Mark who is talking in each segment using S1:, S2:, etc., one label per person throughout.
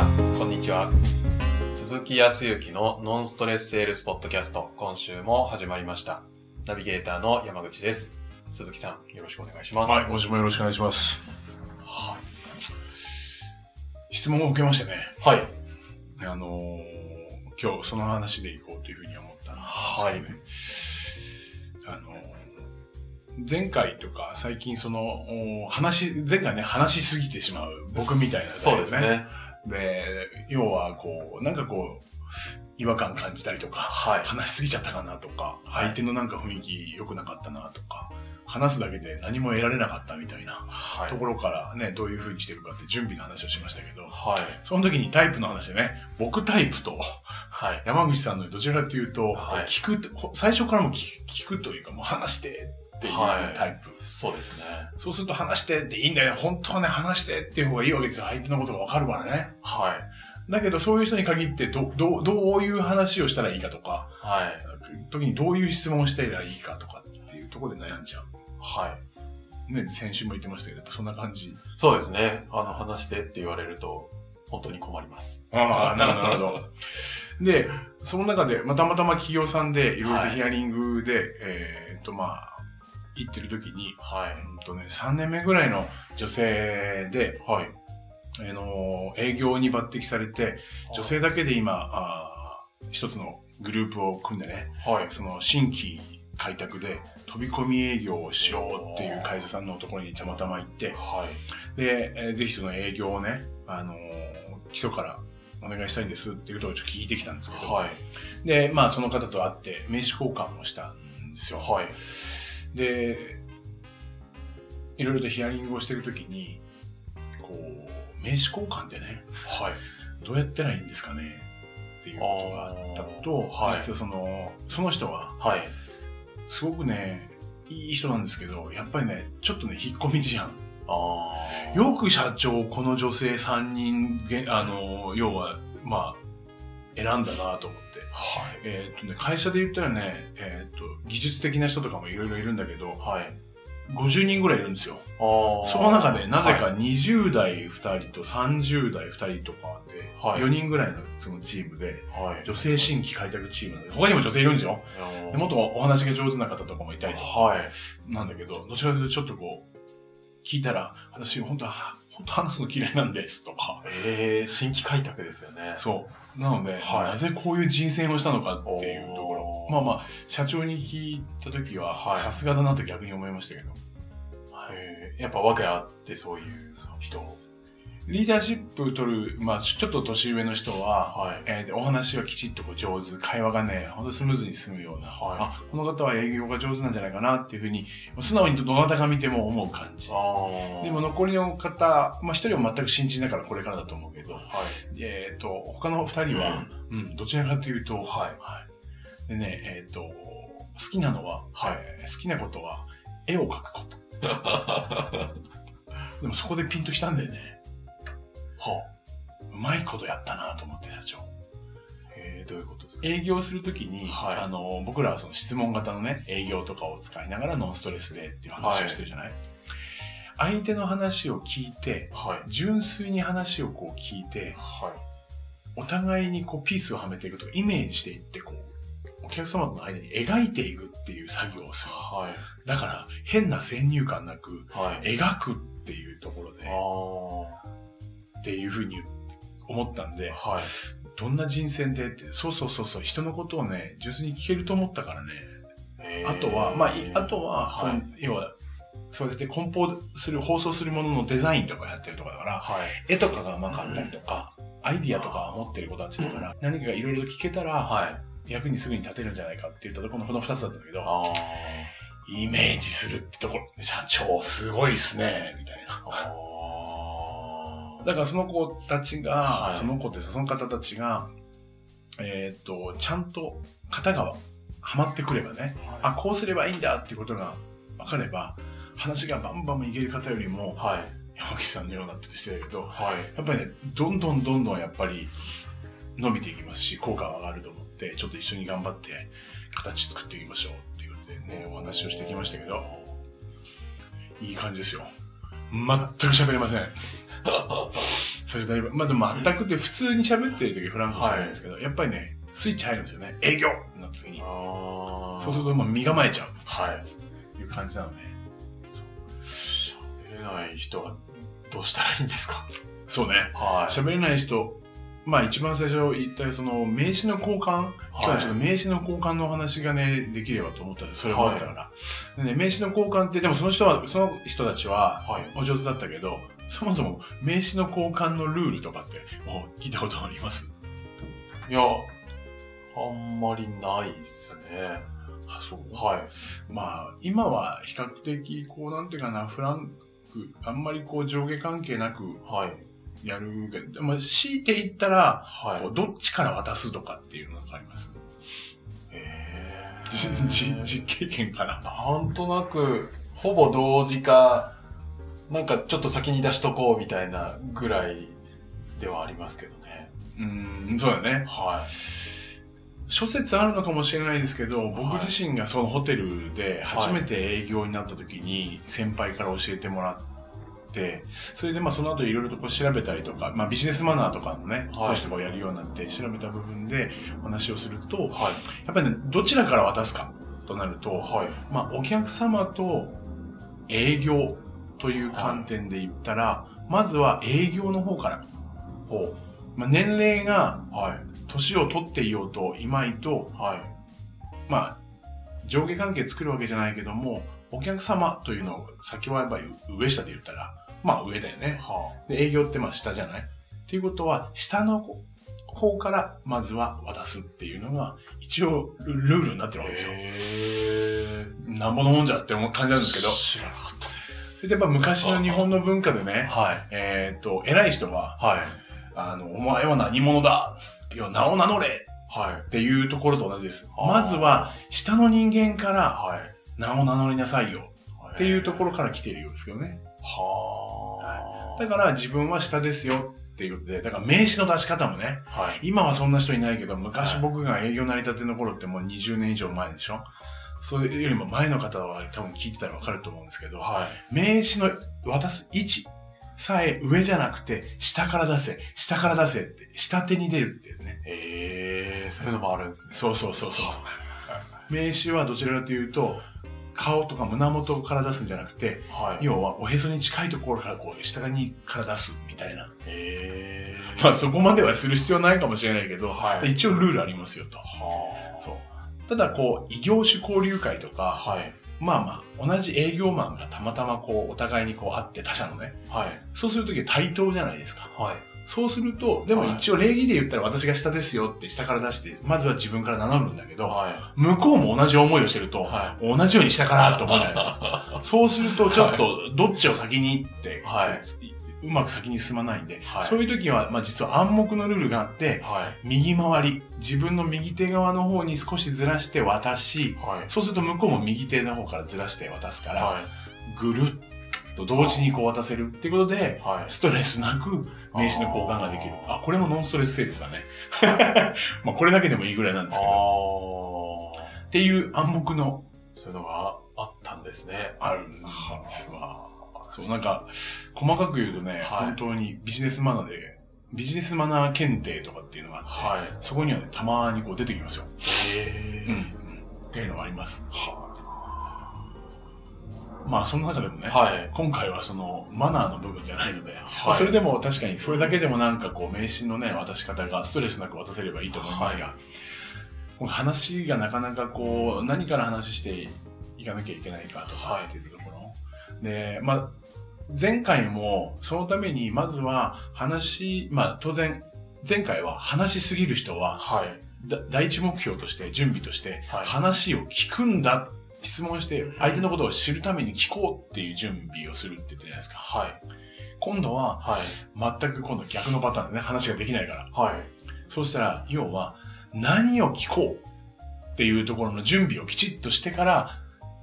S1: ちは。鈴木康之のノンストレスセールスポッドキャスト、今週も始まりました。ナビゲーターの山口です。鈴木さん、よろしくお願いします。
S2: はい、もしもよろしくお願いします。
S1: は
S2: 質問を受けましてね、
S1: い。はい。
S2: あのー、今日その話でいこうというふうに思ったんですけどね。あのー、前回とか最近その、お話、前回ね、話しすぎてしまう僕みたいな、
S1: そうです。ね。
S2: で、要はこう、なんかこう、違和感感じたりとか、
S1: はい。
S2: 話しすぎちゃったかなとか、
S1: はい
S2: 相手のなんか雰囲気良くなかったなとか、話すだけで何も得られなかったみたいな。
S1: はい
S2: と。ころからね、どういう風にしてるかって準備の話をしましたけど、
S1: はい。
S2: その時にタイプの話でね、僕タイプと
S1: はい。
S2: 山口さんのどちらかというと、
S1: はい
S2: こう聞くこう、最初からも聞く聞くというか、もう話してっていう
S1: はい
S2: タイプ。
S1: そうですね。
S2: そうすると話してっていいんだよ。本当はね、話してっていう方がいいわけですよ。相手のことがわかるからね。
S1: はい。
S2: だけど、そういう人に限ってど、どう、どういう話をしたらいいかとか、
S1: はい。
S2: 時にどういう質問をしたらいいかとかっていうところで悩んじゃう。
S1: はい。
S2: ね、先週も言ってましたけど、やっぱそんな感じ。
S1: そうですね。あの、話してって言われると、本当に困ります。
S2: ああ、なるほど、なるほど。で、その中で、まあたまたま企業さんで、いろいろ
S1: は
S2: と
S1: い
S2: ヒアリングで、えーっと、まあ、行ってる時に、
S1: は
S2: う
S1: い。
S2: んとね、3年目ぐらいの女性で、
S1: はい。
S2: あの営業に抜擢されて、女性だけで今、あー一つのグループを組んでね、
S1: はい。
S2: その新規開拓で飛び込み営業をしようっていう会社さんのところにたまたま行って、
S1: はい。
S2: で、えーぜひその営業をね、あのー基礎からお願いしたいんですっていうことをちょっと聞いてきたんですけど、
S1: はい。
S2: で、まあその方と会って名刺交換をしたんですよ。
S1: はい。
S2: で、いろいろとヒアリングをしてるときに、こう、名刺交換ってね、
S1: はい。
S2: どうやったらいいんですかねっていうことがあったのと、
S1: あーはい
S2: 実はその、その人は、
S1: はい。
S2: すごくね、いい人なんですけど、やっぱりね、ちょっとね、引っ込み思案。
S1: あー
S2: よく社長、この女性3人げ、あの、要は、まあ、選んだなと思って。
S1: はい。
S2: えーっとね、会社で言ったらね、えーっと、技術的な人とかもいろいろいるんだけど、
S1: はい。
S2: 50人ぐらいいるんですよ。
S1: あー
S2: その中で、なぜか
S1: はい
S2: 20代2人と30代2人とかで、
S1: はい
S2: 4人ぐらいのそのチームで、
S1: はい。
S2: 女性新規開拓チームなんで、他にも女性いるんですよ。でもっとお話が上手な方とかもいたりとか、
S1: はい。
S2: なんだけど、どちらかというとちょっとこう、聞いたら、私、本当は、本当話すの嫌いなんですとか、
S1: えー、新規開拓ですよね。
S2: そう。なので、
S1: はい
S2: なぜこういう人選をしたのかっていうところ
S1: お。ー
S2: まあまあ、社長に聞いたとき
S1: は
S2: は、
S1: い
S2: さすがだなと逆に思いましたけど、
S1: えーやっぱ訳あってそういう人。
S2: リーダーシップ取る、まあ、ちょっと年上の人は、
S1: はい。
S2: えーでお話はきちっとこう上手、会話がね、ほんとスムーズに進むような、
S1: はい
S2: あ、この方は営業が上手なんじゃないかなっていうふうに、素直にどなたが見ても思う感じ。
S1: ああ。
S2: でも、残りの方、まあ、一人は全く新人だからこれからだと思うけど、
S1: はい。
S2: えっ、と、他の二人は、うん、どちらかというと、
S1: はい
S2: でね、えっ、と、好きなのは、
S1: はい
S2: えー好きなことは、絵を描く こと。でもそこでピンときたんだよね。
S1: は
S2: うまいことやったなと思って、社長。
S1: えー、どういうことですか
S2: 営業するときに、
S1: はい
S2: あの、僕らはその質問型のね、営業とかを使いながらノンストレスでっていう話をしてるじゃない、相手の話を聞いて、
S1: はい。
S2: 純粋に話をこう聞いて、
S1: はい。
S2: お互いにこうピースをはめていくとかイメージしていってこうお客様との間に描いていくっていう作業をする
S1: はい。
S2: だから変な先入観なく
S1: はい。
S2: 描くっていうところで
S1: ああ。
S2: っていうふうに思ったんで
S1: はい。
S2: どんな人選でってそうそうそうそう人のことをね純粋に聞けると思ったからね
S1: えー
S2: あとはまあいあ、とはそ
S1: はい
S2: の要はそれで梱包する放送するもののデザインとかやってるとかだから
S1: はい。
S2: 絵とかがうまかったりとか、アイディアとか持ってる子たちだから、何かいろいろ聞けたら、
S1: はい。
S2: 役にすぐに立てるんじゃないかって言ったところのこの2つだったんだけど、
S1: あー
S2: イメージするってところ、社長すごいっすね、みたいな。
S1: あー。
S2: だからその子たちが、
S1: はい
S2: その子ってその方たちが、えーっと、ちゃんと肩がはまってくればね、あ、こうすればいいんだっていうことが分かれば、話がバンバンいける方よりも、
S1: はい。
S2: 山口さんのようなってしてたけど、
S1: はい。
S2: やっぱりね、どんどんどんどんやっぱり伸びていきますし、効果は上がると思って、ちょっと一緒に頑張って形作っていきましょうっていうことでね、お話をしてきましたけど、いい感じですよ。全く喋れません。それだいぶ、まあでも全くって普通に喋ってる時フランクに喋るんですけど、やっぱりね、スイッチ入るんですよね。営業ってなった時に。
S1: あ
S2: そうするともう身構えちゃう
S1: はい。
S2: っていう感じなので、
S1: 喋れない人はどうしたらいいんですか
S2: そうね。
S1: は
S2: 喋れない人、まあ一番最初言ったその名刺の交換、今日はちょっと名刺の交換のお話がね、できればと思ったんです、それ思ったから。でね、名刺の交換って、でもその人は、その人たちは
S1: はい。
S2: お上手だったけど、そもそも名刺の交換のルールとかって、もう聞いたことあります
S1: いや、あんまりないっすね。
S2: あ、そう
S1: はい。
S2: まあ、今は比較的、こう、なんていうかな、フランク、あんまりこう上下関係なく
S1: はい。
S2: やるけど、まあ、強いて言ったら、
S1: はい
S2: こう。どっちから渡すとかっていうのがあります。
S1: え
S2: じ
S1: ー
S2: じ実経験かな。
S1: なんとなく、ほぼ同時か、なんかちょっと先に出しとこうみたいなぐらいではありますけどね。
S2: うーん、そうだね。
S1: は
S2: 諸説あるのかもしれないですけど、
S1: は
S2: 僕
S1: い
S2: 自身がそのホテルで初めて営業になった時に先輩から教えてもらって、それでまあその後いろいろとこう調べたりとか、まあビジネスマナーとかのね、
S1: はい
S2: 講師とかをやるようになって調べた部分でお話をすると
S1: い。、はい。
S2: やっぱりね、どちらから渡すかとなると、
S1: はい。
S2: まあお客様と営業という観点で言ったら、まずは営業の方から。
S1: ほ
S2: まあ年齢が
S1: う。はい。
S2: 年を取っていようといまいと、
S1: はい。
S2: まあ、上下関係作るわけじゃないけども、お客様というのを先はやっぱり上下で言ったら、まあ上だよね。
S1: は
S2: で、営業ってまあ下じゃないっていうことは、下の方からまずは渡すっていうのが、一応ルルールになってるわけですよ。
S1: え
S2: なんぼのもんじゃって思う感じなんですけど。
S1: 知らなかったです。
S2: それでやっぱ昔の日本の文化でね、
S1: はい。
S2: えっ、と、偉い人は、
S1: はい。
S2: あの、お前は何者だよ、名を名乗れ
S1: はい。
S2: っていうところと同じです。
S1: あー
S2: まずは、下の人間から
S1: はい。
S2: 名を名乗りなさいよっていうところ
S1: は
S2: から来ているようですけどね。
S1: あ。
S2: だから自分は下ですよっていうことで、だから名刺の出し方もね、
S1: はい。
S2: 今はそんな人いないけど、
S1: は
S2: 昔
S1: い
S2: 僕が営業成り立ての頃ってもう20年以上前でしょそれよりも前の方は多分聞いてたらわかると思うんですけど、
S1: はい。
S2: 名刺の渡す位置さえ上じゃなくて、下から出せ、下から出せって、下手に出るってやつね。
S1: ええー、そういうのもあるんですね。
S2: そうそうそうそう。名刺はどちらかというと、顔とか胸元から出すんじゃなくて、
S1: はい。
S2: 要はおへそに近いところからこう下にから出すみたいな、
S1: ええー。
S2: まあ、そこまではする必要ないかもしれないけど、
S1: はい
S2: 一応ルールありますよと
S1: は
S2: そうただこう異業種交流会と
S1: あ。
S2: か
S1: はい。
S2: まあまあ同じ営業マンがたまたまこうお互いにこう会って他社のね
S1: はい。
S2: そうするときは対等じゃないですか
S1: はい。
S2: そうするとでも
S1: はい
S2: 一応礼儀で言ったら私が下ですよって下から出してまずは自分から名乗るんだけど
S1: は
S2: 向こうも同じ思いをしてる
S1: い。
S2: と、
S1: は
S2: 同じように下からと思うじゃないで すか。そうすると、ちょっと、どっちを先にって、
S1: は
S2: うまく先に進まないんで、
S1: はい
S2: そういう時は、まあ実は暗黙のルールがあっ
S1: い。
S2: て、
S1: はい。
S2: 右回り、自分の右手側の方に少しずらして渡し、
S1: はい。
S2: そうすると向こうも右手の方からずらして渡すから、
S1: は
S2: ぐるっと同時にこう渡せるってこと
S1: い。
S2: で、
S1: はい。
S2: ストレスなく名刺の交換ができる。あこれもノンストレスセールスだね。 まあこれだけでもいいぐらいなんですけど。
S1: ああ。
S2: っていう暗黙の
S1: そういうのがあったんですね。
S2: あるんですわ。そう、なんか、細かく言うとね、
S1: はい
S2: 本当にビジネスマナーで、ビジネスマナー検定とかっていうのがあって、
S1: はい。
S2: そこにはね、たまにこう出てきますよ。
S1: ええ
S2: うん。っていうのがあります。まあ、その中でもね、
S1: はい。
S2: 今回はそのマナーの部分じゃないので、
S1: い
S2: まあそれでも確かにそれだけでもなんかこう名刺のね、渡し方がストレスなく渡せればいいと思いますが、この話がなかなかこう、何から話していかなきゃいけないかと
S1: は
S2: か
S1: い
S2: っていうところ。で、まあ、前回もそのためにまずは話、まあ当然、前回は話しすぎる人は
S1: はい。
S2: だ第一目標として準備として
S1: はい
S2: 話を聞くんだ、質問して相手のことを知るために聞こうっていう準備をするって言ってるじゃないですか
S1: はい。
S2: 今度は
S1: はい。
S2: 全く今度逆のパターンでね話ができないから
S1: はい。
S2: そうしたら要は何を聞こうっていうところの準備をきちっとしてから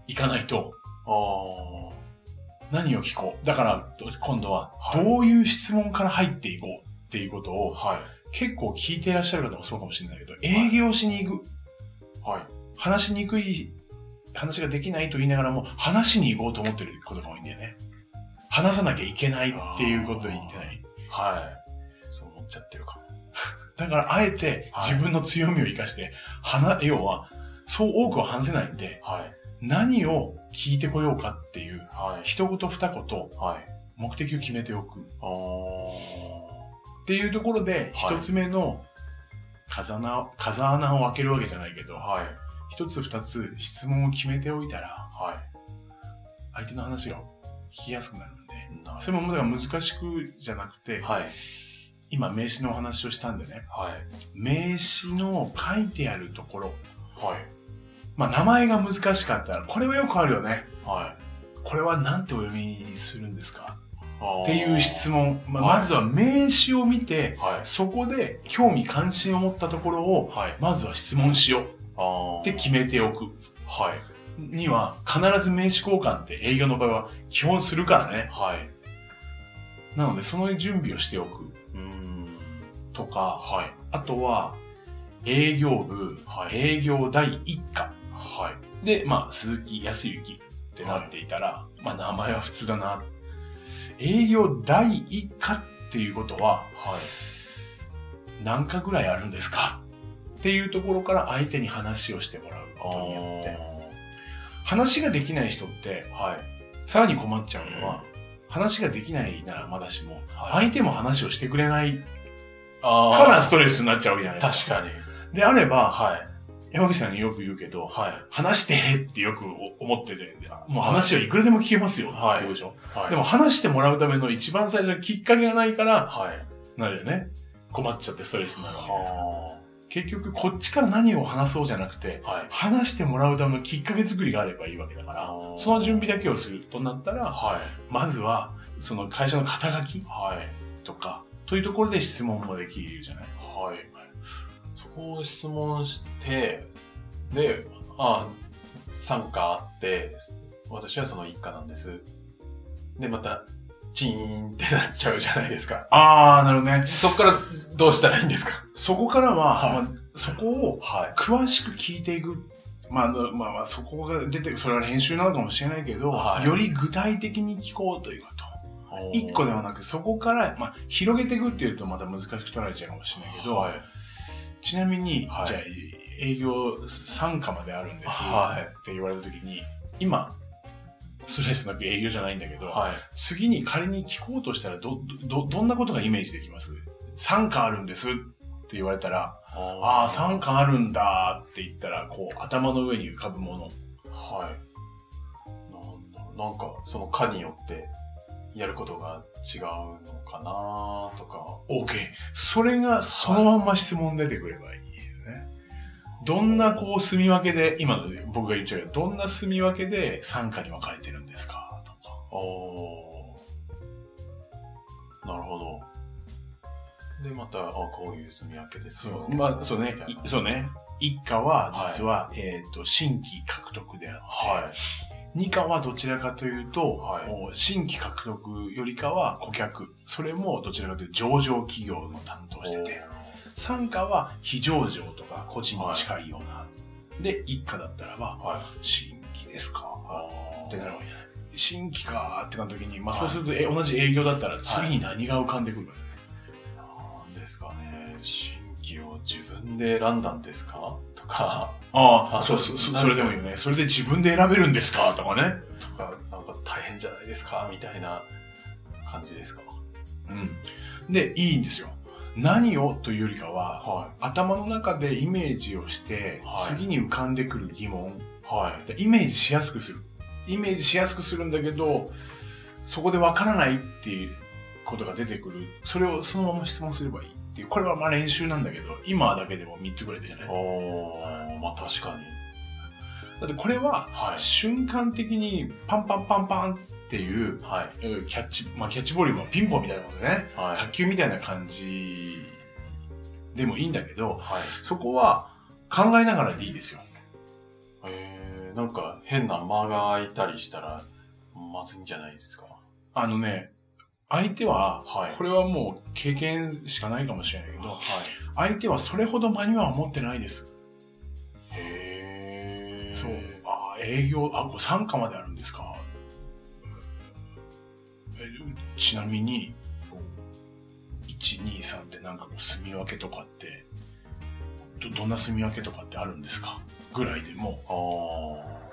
S2: 行かないと
S1: ああ。
S2: 何を聞こうだから今度は
S1: はい
S2: どういう質問から入っていこうっていうことを
S1: はい。
S2: 結構聞いていらっしゃる方もそうかもしれないけど営業しに行く
S1: はい。
S2: 話しにくい、話ができないと言いながらも、話しに行こうと思ってることが多いんだよね。話さなきゃいけないっていうことを言ってない。
S1: はい。そう思っちゃってるかも。
S2: だから、あえて
S1: はい
S2: 自分の強みを生かして、は要は、そう多くは話せないんで、
S1: はい。
S2: 何を聞いてこようかっていう、
S1: はい。
S2: 一言二言、
S1: はい。
S2: 目的を決めておく。っ
S1: あー
S2: ていうところで、
S1: はい
S2: 一つ目の風穴を、風穴を開けるわけじゃないけど、
S1: はい。
S2: 一つ二つ質問を決めておいたら、
S1: は
S2: 相手の話が聞きやすくなるんで、
S1: い。なる
S2: それもだから難しくじゃなくて、
S1: はい。
S2: 今名詞のお話をしたんでね、
S1: はい。
S2: 名詞の書いてあるところ、
S1: はい。
S2: まあ名前が難しかったら、これはよくあるよね。
S1: はい。
S2: これはなんてお読みするんですか
S1: あー
S2: っていう質問。まあ
S1: はい
S2: まずは名詞を見て、
S1: はい。
S2: そこで興味関心を持ったところを、
S1: はい。
S2: まずは質問しよう
S1: あー
S2: って決めておく。
S1: はい。
S2: には、必ず名詞交換って営業の場合は基本するからね。
S1: はい。
S2: なので、その準備をしておく
S1: うーん。
S2: とか、
S1: はい。
S2: あとは、営業部、
S1: はい。
S2: 営業第一課
S1: はい。
S2: で、まあ、鈴木康之ってなっていたら、まあ、名前は普通だな。営業第一課っていうこと
S1: は
S2: は、
S1: い。
S2: 何課ぐらいあるんですかっていうところから相手に話をしてもらう
S1: あ
S2: ことによって、
S1: ー
S2: 話ができない人って、
S1: はい。
S2: さらに困っちゃうのは、話ができないならまだしも、
S1: はい。
S2: 相手も話をしてくれないか
S1: あ
S2: ら
S1: あ
S2: ストレスになっちゃうじゃないですか。
S1: 確かに。
S2: であれば、
S1: はい。
S2: 山口さんによく言うけど、
S1: はい。
S2: 話してってよく思ってて、もう話はいくらでも聞けますよ。
S1: はい
S2: ってことでしょ
S1: はい。
S2: でも、話してもらうための一番最初のきっかけがないから、
S1: はい。
S2: なるよね。困っちゃってストレスになるわけじゃないですか。
S1: は
S2: 結局、こっちから何を話そうじゃなくて、
S1: あはい。
S2: 話してもらうためのきっかけ作りがあればいいわけだから
S1: あー、
S2: その準備だけをするとなったら、
S1: はい。
S2: まずは、その会社の肩書き
S1: はい。
S2: とか、というところで質問もできるじゃない
S1: はい。そこを質問して、で、あ、3課あって、私はその1課なんです。で、また、チーンってなっちゃうじゃないです か。
S2: あー、なるほどね。
S1: そこからどうしたらいいんですか
S2: そこからは、
S1: はい
S2: まあそこを
S1: はい。
S2: 詳しく聞いていく。まあ、あのまあ、まあ、そこが出て、それは練習なのかもしれないけど、
S1: はい
S2: より具体的に聞こうということ。一個ではなく、そこから、まあ、広げていくっていうとまた難しく取られちゃうかもしれないけど、
S1: はい。
S2: ちなみに、
S1: はい
S2: じゃあ、営業参加まであるんです、
S1: はい
S2: って言われた時に、今、ストレスなく営業じゃないんだけど、
S1: はい。
S2: 次に仮に聞こうとしたらど、ど、どんなことがイメージできます参加あるんですって言われたら、ああ、参加あるんだって言ったら、こう、頭の上に浮かぶもの。
S1: はい。なんだろうなんか、その課によって、やることが違うのかなとか。
S2: OK。それがそのまんま質問出てくればいいよね。どんなこう住み分けで、今ので僕が言っちゃうけど、どんな住み分けで参加に分かれてるんですかとか。
S1: おーなるほど。で、また、あこういう住み分けですよ。
S2: まあ、そうね
S1: みたいな。
S2: いそうね。一家は実は、えっ、と、新規獲得であって、
S1: は
S2: 二課はどちらかというと、
S1: はい
S2: もう新規獲得よりかは顧客。それもどちらかというと上場企業の担当
S1: い。
S2: してて。参加は非上場とか個人に近いような。で、一家だったらば、
S1: はい。
S2: 新規ですか
S1: あー
S2: ってなるわけじゃない。新規かーってなった時に、まあ
S1: は
S2: そう
S1: い
S2: すると、え同じ営業だったら次に何が浮かんでくるかだよね。
S1: なんですかね。新規を自分で選んだんですかとか、
S2: ああ、
S1: あ
S2: そう
S1: そ
S2: そうう、そそれでもいいよね。それで自分で選べるんですかとかね。
S1: とか、なんか大変じゃないですかみたいな感じですか。
S2: うん。で、いいんですよ。何をというよりかは、
S1: は
S2: 頭の中でイメージをして、
S1: はい
S2: 次に浮かんでくる疑問、
S1: い。はい。
S2: でイメージしやすくする。イメージしやすくするんだけど、そこでわからないっていうことが出てくる。それをそのまま質問すればいいっていう。これはまあ練習なんだけど、今だけでも3つぐらいでじゃない
S1: おー、まあ確かに。
S2: だってこれは
S1: はい。
S2: 瞬間的にパンパンパンパンっていう、
S1: はい。
S2: えーキャッチ、まあキャッチボールもピンポンみたいなもんでね、
S1: はい。
S2: 卓球みたいな感じでもいいんだけど、
S1: はい。
S2: そこは考えながらでいいですよ。
S1: えー、なんか変な間が空いたりしたら、まずいんじゃないですか。
S2: あのね、相手は、
S1: はい。
S2: これはもう経験しかないかもしれないけど
S1: は、
S2: 相手はそれほどマニュアルを持ってないです。
S1: い。へー。
S2: そう。ああ、営業、あ、これ参加まであるんですか。えちなみに、1、2、3ってなんかこう住み分けとかって、ど、どんな住み分けとかってあるんですかぐらいでも
S1: ああ。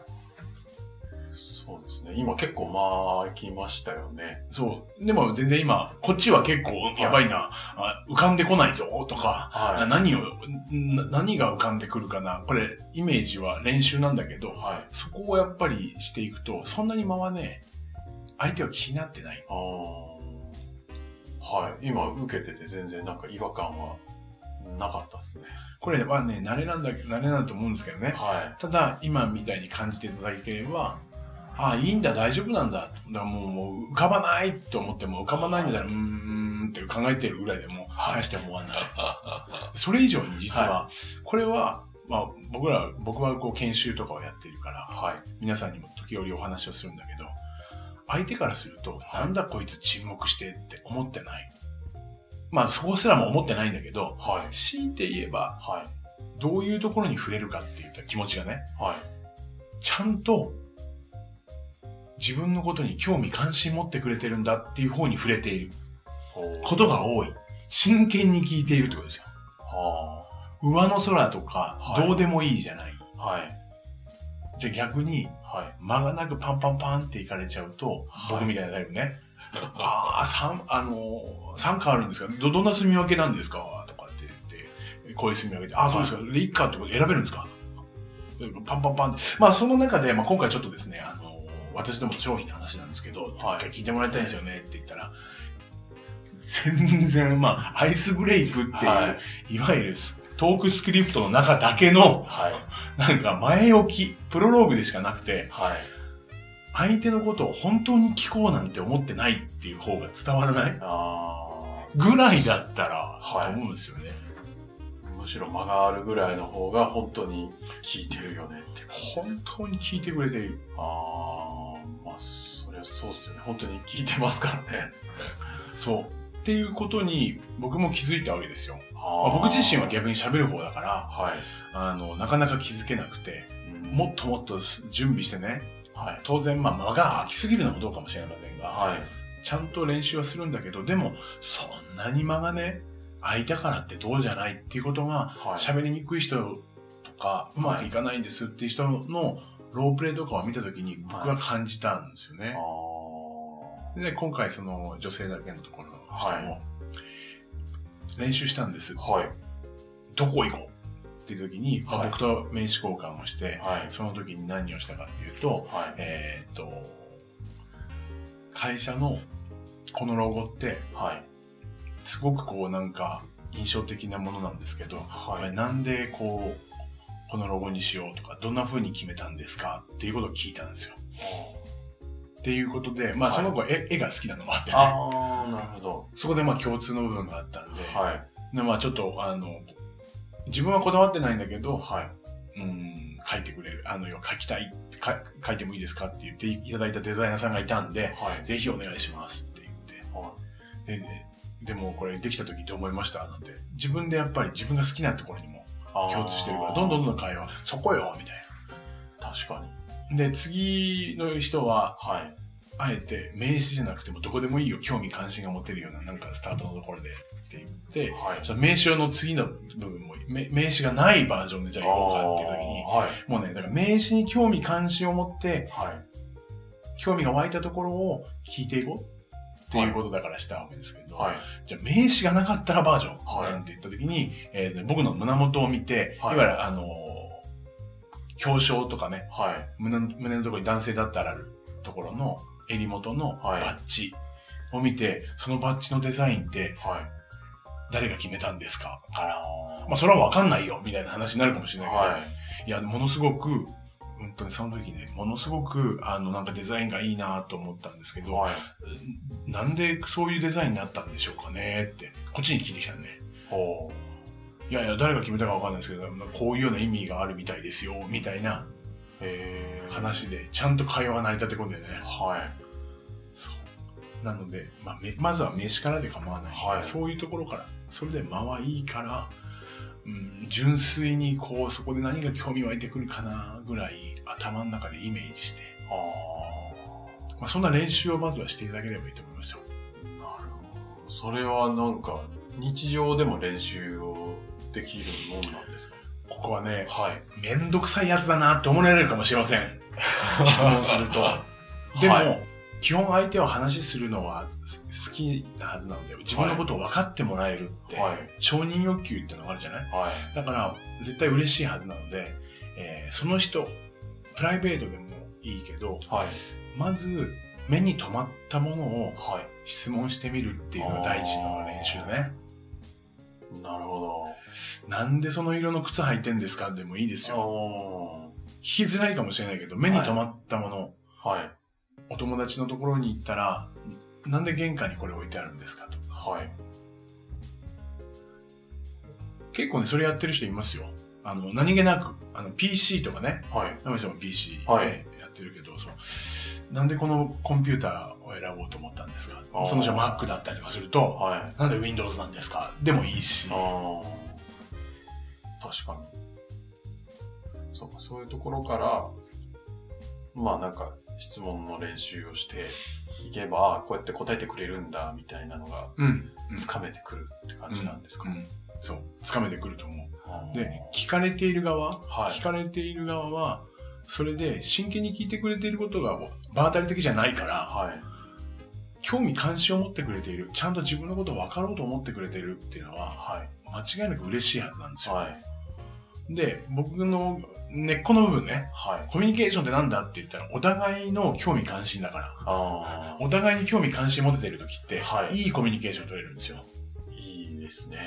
S1: そうですね。今結構まあ、行きましたよね。
S2: う、そう。でも全然今、こっちは結構やばいな、あ浮かんでこないぞとか、
S1: は
S2: あ何を、な何が浮かんでくるかな。これ、イメージは練習なんだけど
S1: い。、はい。
S2: そこをやっぱりしていくと、そんなに間はね、相手は気になってない。
S1: ああ。はい。今受けてて全然なんか違和感はなかったですね。
S2: これはね、慣れなんだけど、慣れなんだと思うんですけどね。
S1: は
S2: ただ、今みたいに感じていただければ、ああ、いいんだ、大丈夫なんだ。だからもう、もう浮かばないと思っても、浮かばないんだったら、うーんって考えてるぐらいでも、大して思わ ない。それ以上に実は、これは、まあ、僕ら、僕はこう研修とかをやっているから、
S1: い。はい。
S2: 皆さんにも時折お話をするんだけど、相手からすると、
S1: はい
S2: なんだこいつ沈黙してって思ってない。まあ、そこすらも思ってないんだけど、
S1: はい。
S2: 強いて言えば、
S1: はい。
S2: どういうところに触れるかっていった気持ちがね、
S1: はい。
S2: ちゃんと自分のことに興味関心持ってくれてるんだっていう方に触れているこ
S1: こと
S2: が多い。真剣に聞いているってことですよ。
S1: は
S2: 上の空とか、
S1: はい
S2: どうでもいいじゃない。
S1: あ。はい。
S2: じゃあ逆に、
S1: はい。
S2: 間がなくパンパンパンっていかれちゃうと、
S1: はい
S2: 僕みたいなタイプね。 ああ、三、あのー、三巻あるんですかど、どんな住み分けなんですかとかって言って、こういう住み分けで、ああ、そうですか。で、一巻ってこと選べるんですかパンパンパンって。まあ、その中で、まあ、今回ちょっとですね、あのー、私どもの商品の話なんですけど、
S1: はい
S2: 一回聞いてもらいたいんですよねって言ったら、全然、まあ、アイスブレイクっていう、
S1: はい
S2: い、わゆるストークスクリプトの中だけの、
S1: はい。
S2: なんか前置き、プロローグでしかなくて、
S1: はい。
S2: 相手のことを本当に聞こうなんて思ってないっていう方が伝わらない
S1: あ
S2: ぐらいだったら、
S1: はい
S2: と思うんですよね。
S1: ーむしろ間があるぐらいの方が本当に効いてるよねって感じです。
S2: 本当に聞いてくれている。
S1: ああ、まあ、そりゃそうっすよね。本当に効いてますからね。
S2: そう。っていうことに僕も気づいたわけですよ。ま
S1: あ
S2: あ
S1: ー
S2: 僕自身は逆に喋る方だから、
S1: はい。
S2: あの、なかなか気づけなくて、もっともっと準備してね、
S1: はい。
S2: 当然、まあ、間が空きすぎるのもどうかもしれませんが、
S1: はい。
S2: ちゃんと練習はするんだけど、でも、そんなに間がね、空いたからってどうじゃないっていうことが、
S1: はい。
S2: 喋りにくい人とか、うまくいかないんですっていう人のロープレイとかを見たときに僕は感じたんですよね。
S1: あ
S2: で、今回その女性だけのところの人
S1: は
S2: も、練習したんです。
S1: ーはい。
S2: どこ行こうっていう時に、まあ
S1: はい
S2: 僕と名刺交換をして、
S1: はい。
S2: その時に何をしたかっていうと、
S1: はい。
S2: えーっと、会社のこのロゴって、
S1: はい。
S2: すごくこうなんか印象的なものなんですけど、こ
S1: は
S2: れ
S1: い。
S2: なんでこう、このロゴにしようとか、どんな風に決めたんですかっていうことを聞いたんですよ。っていうことで、まあ
S1: はい
S2: その子は絵,、絵が好きなのもあって、ね、
S1: ああ、なるほど。
S2: そこでまあ共通の部分があったんで、
S1: はい。
S2: でまあちょっとあの、自分はこだわってないんだけど、
S1: はい。
S2: うん、書いてくれる、あの、書きたい、か書いてもいいですかって言っていただいたデザイナーさんがいたんで、
S1: はい。
S2: ぜひお願いしますって言って、
S1: は
S2: で、ね、でもこれできた時どう思いましたなんて、自分でやっぱり自分が好きなところにも
S1: い
S2: 共通してるから、どんどん
S1: ん。
S2: どんどん会話、そこよみたいな。
S1: 確かに。
S2: で、次の人は、
S1: はい。
S2: あえて名詞じゃなくてもどこでもいいよ、興味関心が持てるような、なんかスタートのところでって言って、
S1: はい。
S2: その名詞用の次の部分も、め名詞がないバージョンでじゃあ行こうかっていう時に、
S1: はい。
S2: もうね、だから名詞に興味関心を持って、
S1: はい。
S2: 興味が湧いたところを聞いていこうっていうことだからしたわけですけど、
S1: はい。
S2: じゃあ名詞がなかったらバージョン、
S1: はい
S2: なんて言った時に、えー僕の胸元を見て、
S1: はい
S2: いわゆるあのー、表彰とかね、
S1: はい。
S2: 胸の胸のところに男性だったらあるところの襟元の
S1: はい
S2: バッジを見て、そのバッジのデザインって
S1: はい。
S2: 誰が決めたんですかから、
S1: あ
S2: まあそれはわかんないよみたいな話になるかもしれ
S1: ー
S2: ないけど、
S1: はい。
S2: い、や、ものすごく、うんとね、その時ね、ものすごく、あの、なんかデザインがいいなと思ったんですけど、
S1: はい。
S2: なんでそういうデザインになったんでしょうかねって、こっちに聞いてきたのね。
S1: ほ
S2: いやいや、誰が決めたかわかんないですけど、まあこういうような意味があるみたいですよ、みたいな
S1: う。へー。
S2: 話で、ちゃんと会話が成り立ってこんだよね。
S1: はい。
S2: そうなので、まあ、めまずは飯からで構わない、
S1: はい
S2: そういうところからそれで間はいいから、うん、純粋にこうそこで何が興味湧いてくるかなぐらい頭の中でイメージして、
S1: あ
S2: まあ、そんな練習をまずはしていただければいいと思いますよ
S1: ーそれはなんか、日常でも練習をできるもんなんですか
S2: ここはね、
S1: はい。
S2: めんどくさいやつだなって思われるかもしれません。 質問すると。でも、
S1: はい
S2: 基本相手を話しするのは好きなはずなんだよ。自分のことを分かってもらえるって、
S1: はい。
S2: 承認欲求ってのがあるじゃない
S1: はい。
S2: だから、絶対嬉しいはずなので、えーその人、プライベートでもいいけど、
S1: はい。
S2: まず、目に留まったものを
S1: は
S2: 質問してみるっていうのが第一の練習だね。
S1: い。なるほ
S2: なんでその色の靴履いてんですかでもいいです
S1: ど。
S2: よ。
S1: お
S2: 聞きづらいかもしれないけど、目に留まったもの、
S1: ーはい。
S2: お友達のところに行ったら、なんで玄関にこれ置いてあるんですかと。
S1: はい。
S2: 結構ね、それやってる人いますよ。あの、何気なく、あの、PC とかね、
S1: はい。
S2: ナメさんも PC ね、
S1: はい
S2: やってるけど、そう。なんでこのコンピューターを選ぼうと思ったんですか
S1: あー
S2: その人は Mac だったりとかすると、
S1: はい。
S2: なんで Windows なんですかでもいいし
S1: あ。ー確かに。そうか、そういうところから、まあなんか質問の練習をしていけば、こうやって答えてくれるんだみたいなのが
S2: うん。
S1: つかめてくるって感じなんですか、
S2: うん。そう。つかめてくると思
S1: あ
S2: う。
S1: ー
S2: で、聞かれている側、
S1: はい
S2: 聞かれている側は、それで真剣に聞いてくれていることが場当たり的じゃないから、
S1: はい。
S2: 興味関心を持ってくれているちゃんと自分のことを分かろうと思ってくれているっていうのは
S1: は
S2: 間違いなく嬉しいはずなんです
S1: い。
S2: よ、
S1: はい。
S2: で僕の根っこの部分ね
S1: はい。
S2: コミュニケーションってなんだって言ったらお互いの興味関心だから
S1: あ
S2: お互いに興味関心持ててる時って、
S1: はい
S2: い、いコミュニケーション取れるんですよ
S1: あ、いいですね。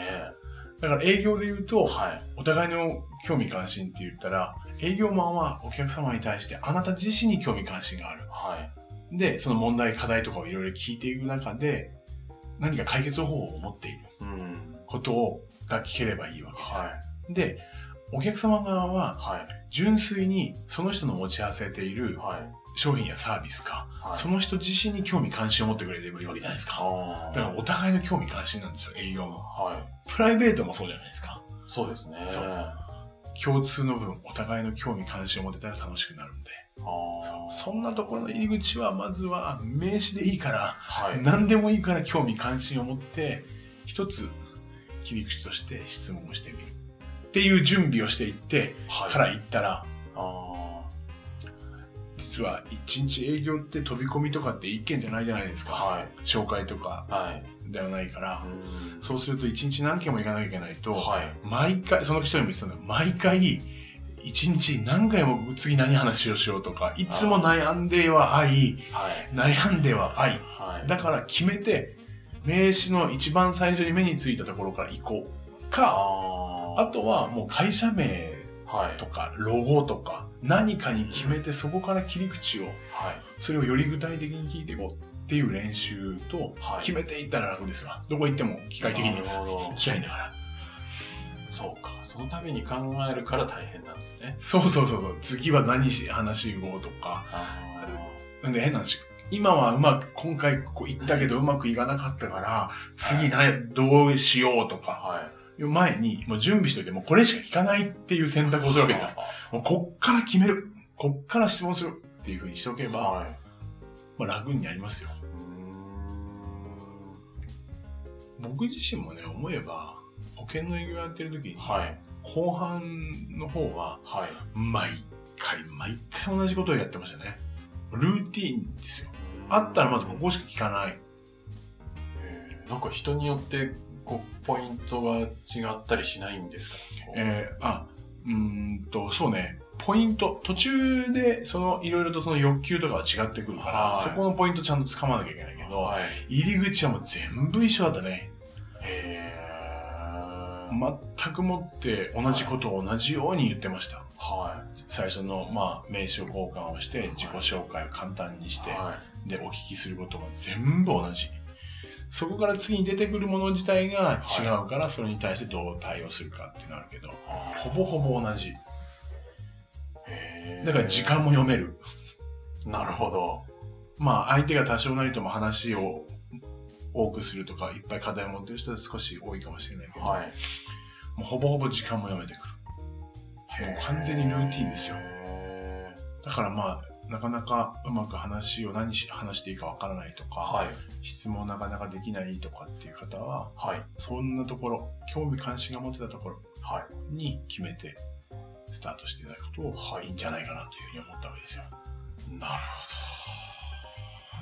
S2: だから営業で言うと、
S1: はい。
S2: お互いの興味関心って言ったら営業マンはお客様に対してあなた自身に興味関心がある
S1: はい。
S2: でその問題課題とかをいろいろ聞いていく中で何か解決方法を持っている
S1: うん。
S2: ことをが聞ければいいわけです。
S1: はい。
S2: で、お客様側は
S1: はい。
S2: 純粋にその人の持ち合わせている
S1: はい。
S2: 商品やサービスか、
S1: はい。
S2: その人自身に興味関心を持ってくれてもいいわけじゃないですか。
S1: あー
S2: だからお互いの興味関心なんですよ、営業も。
S1: はい。
S2: プライベートもそうじゃないですか。
S1: そうですね。
S2: そう
S1: あ
S2: 共通の分、お互いの興味関心を持てたら楽しくなるんで。
S1: ー
S2: そんなところの入り口は、まずは名刺でいいから、
S1: はい。
S2: 何でもいいから興味関心を持って一つ切り口として質問をしてみるっていう準備をしていって
S1: はい
S2: から行ったら
S1: あ
S2: 実は一日営業って飛び込みとかって一件じゃないじゃないです
S1: ー
S2: か、
S1: はい。
S2: 紹介とか
S1: はい。
S2: ではないから、
S1: うん
S2: そうすると一日何件も行かなきゃいけないと、
S1: はい。
S2: 毎回その人にも言ってたんだけど毎回一日何回も次何話をしようとかいつも悩んでは愛
S1: はい。
S2: 悩んでは愛
S1: はい。
S2: だから決めて、名刺の一番最初に目についたところから行こうか、
S1: あ
S2: あとはもう会社名
S1: あ。はい。
S2: とかロゴとか何かに決めてそこから切り口を、
S1: はい。
S2: それをより具体的に聞いていこうっていう練習と、
S1: はい
S2: 決めていったら楽ですわ。どこ行っても機械的
S1: な
S2: に
S1: るほど。
S2: 機械だから。
S1: そうか。そのために考えるから大変なんですね。
S2: そうそうそうそう。次は何し、話し行こうとか。
S1: あ
S2: なんで変な話。今はうまく、今回ここ行ったけどうまくいかなかったから、次な、どうしようとか
S1: あ。。はい。
S2: 前に、もう準備しといて、もうこれしか聞かないっていう選択をするわけじゃん。もうこっから決める。こっから質問する。っていうふうにしとけば、
S1: はい。
S2: まあ楽になりますよ。
S1: うーん
S2: 僕自身もね、思えば、保険の営業やってる時に、
S1: はい。
S2: 後半の方は、
S1: はい。
S2: 毎回、毎回同じことをやってましたね。ルーティーンですよ。あったらまずここしか聞かない。
S1: えーなんか人によって、こう、ポイントが違ったりしないんですか
S2: えー、あ、うーんと、そうね。ポイント、途中で、その、いろいろとその欲求とかは違ってくるから、
S1: はい
S2: そこのポイントちゃんと掴まなきゃいけないけど、
S1: はい。
S2: 入り口はもう全部一緒だったね
S1: へー
S2: 全くもって同じことを同じように言ってました
S1: は
S2: 最初のまあ名刺を交換をして自己紹介を簡単に
S1: い。
S2: して、
S1: は
S2: でお聞きすることが全部同じそこから次に出てくるもの自体が違うから、それに対してどう対応するかっていうのあるけどほぼほぼ同じ
S1: いへー
S2: だから時間も読める
S1: なるほど。
S2: まあ相手が多少なりとも話を多くするとかいっぱい課題を持ってる人は少し多いかもしれないけど、
S1: はい。
S2: もうほぼほぼ時間も読めてくるもう完全にルーティンですよ
S1: へ
S2: だからまあ、なかなかうまく話を何し話していいかわからないとか、
S1: はい。
S2: 質問なかなかできないとかっていう方は、
S1: はい。
S2: そんなところ、興味関心が持てたところ
S1: はい。
S2: に決めて、スタートしていただくと、
S1: はい
S2: いいんじゃないかなというふうに思ったわけですよ。
S1: なるほ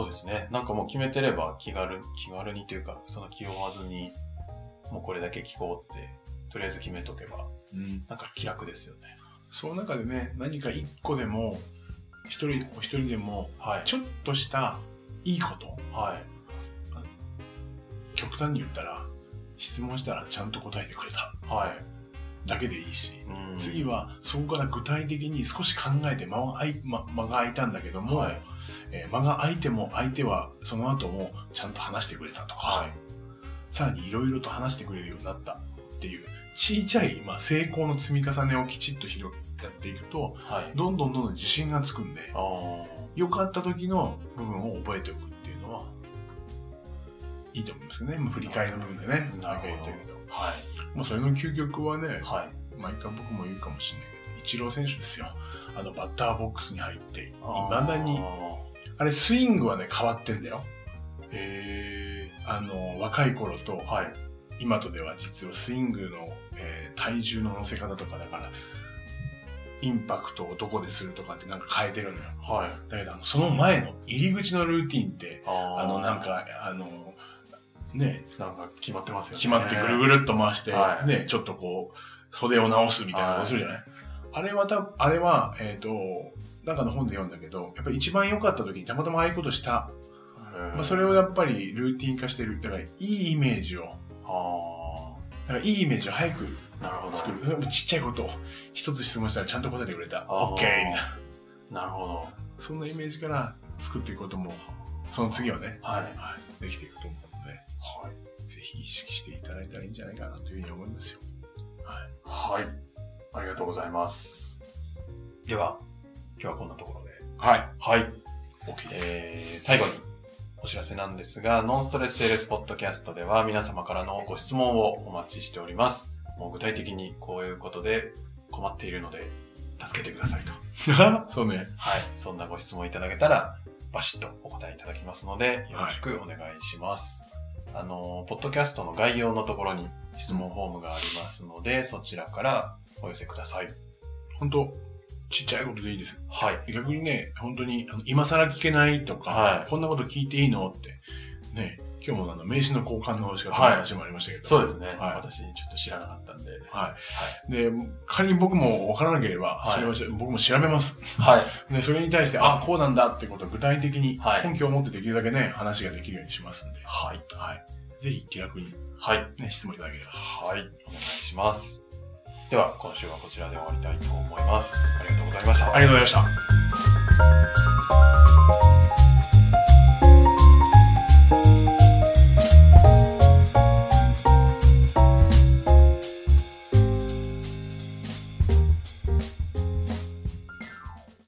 S1: ど。そうですね。なんかもう決めてれば気軽、気軽にというか、その気負わずに、もうこれだけ聞こうって、とりあえず決めとけば、
S2: うん。
S1: なんか気楽ですよね。
S2: その中でね、何か一個でも、一人、お一人でも、
S1: はい。
S2: ちょっとしたいいこと、
S1: はい。
S2: 極端に言ったら、質問したらちゃんと答えてくれた
S1: はい。
S2: だけでいいし、
S1: うん
S2: 次はそこから具体的に少し考えて間を空いま間が空いたんだけども、
S1: はい。
S2: えー間が空いても相手はその後もちゃんと話してくれたとか、
S1: はい。
S2: さらにいろいろと話してくれるようになったっていう小さい、まあ、成功の積み重ねをきちっと広やっていくと
S1: はい。
S2: どんどんどんどん自信がつくんで
S1: あー
S2: 良かった時の部分を覚えておくっていうのはいいと思いますね、まあ振り返りの部分でね
S1: なるほど
S2: 毎回言ってるけど、
S1: は
S2: まあ、それの究極はね、
S1: い。はい。
S2: 毎回僕も言うかもしれないけど、イチロー選手ですよ。あの、バッターボックスに入って、いまだに、
S1: あ
S2: あれ、スイングはね、変わってんだよ。
S1: ーへ
S2: あの、若い頃と
S1: ー。、はい。
S2: 今とでは実はスイングの、えー体重の乗せ方とかだから、インパクトをどこでするとかってなんか変えてるのよ。
S1: はい。
S2: だけど、あのその前の入り口のルーティンって、
S1: あー
S2: あの、なん、か、あの、ね、
S1: なんか決まってますよね。
S2: 決まってぐるぐるっと回して、
S1: はい
S2: ね、ちょっとこう、袖を直すみたいなことするじゃない、あれはた、あれは、えっ、と、なんかの本で読んだけど、やっぱり一番良かった時にたまたまああいうことした。
S1: へー
S2: まあ、それをやっぱりルーティン化してる。だから、いいイメージを、
S1: あ
S2: だからいいイメージを早く
S1: ーなるほど。
S2: 作る。ちっちゃいことを、一つ質問したらちゃんと答えてくれた。
S1: あー
S2: OK! みたいな。
S1: なるほど。
S2: そんなイメージから作っていくことも、その次はね、
S1: はい。
S2: はい、できていくと思うので、ぜひ意識していただいたらいいんじゃないかなというふうに思いますよ。
S1: はい。ありがとうございます。では、今日はこんなところで。
S2: はい。
S1: はい。
S2: OK です。
S1: えー、最後にお知らせなんですが、ノンストレスセールスポッドキャストでは皆様からのご質問をお待ちしております。もう具体的にこういうことで困っているので、助けてくださいと。
S2: そうね。
S1: はい。そんなご質問いただけたら、バシッとお答えいただきますので、よろしくお願いします。あの、ポッドキャストの概要のところに質問フォームがありますので、そちらからお寄せください。
S2: 本当ちっちゃいことでいいです。
S1: はい。
S2: 逆にね、本当に、あの今更聞けないとか、
S1: はい
S2: こんなこと聞いていいのって、ね、今日もあの名刺の交換の仕方の
S1: はい
S2: 話もありましたけど、
S1: そうですね。
S2: はい
S1: 私、ちょっと知らなかったんで。
S2: はい。で、仮に僕もわからなければ、
S1: はい
S2: それはし僕も調べます。
S1: はい。
S2: で、それに対して、あ、こうなんだってことを具体的に
S1: はい
S2: 根拠を持ってできるだけね、話ができるようにしますんで、
S1: はい。
S2: はい。ぜひ気楽に
S1: はい。
S2: ね、質問いただければ。
S1: はい。お願いします。では、今週はこちらで終わりたいと思います。ありがとうございました。
S2: ありがとうございました。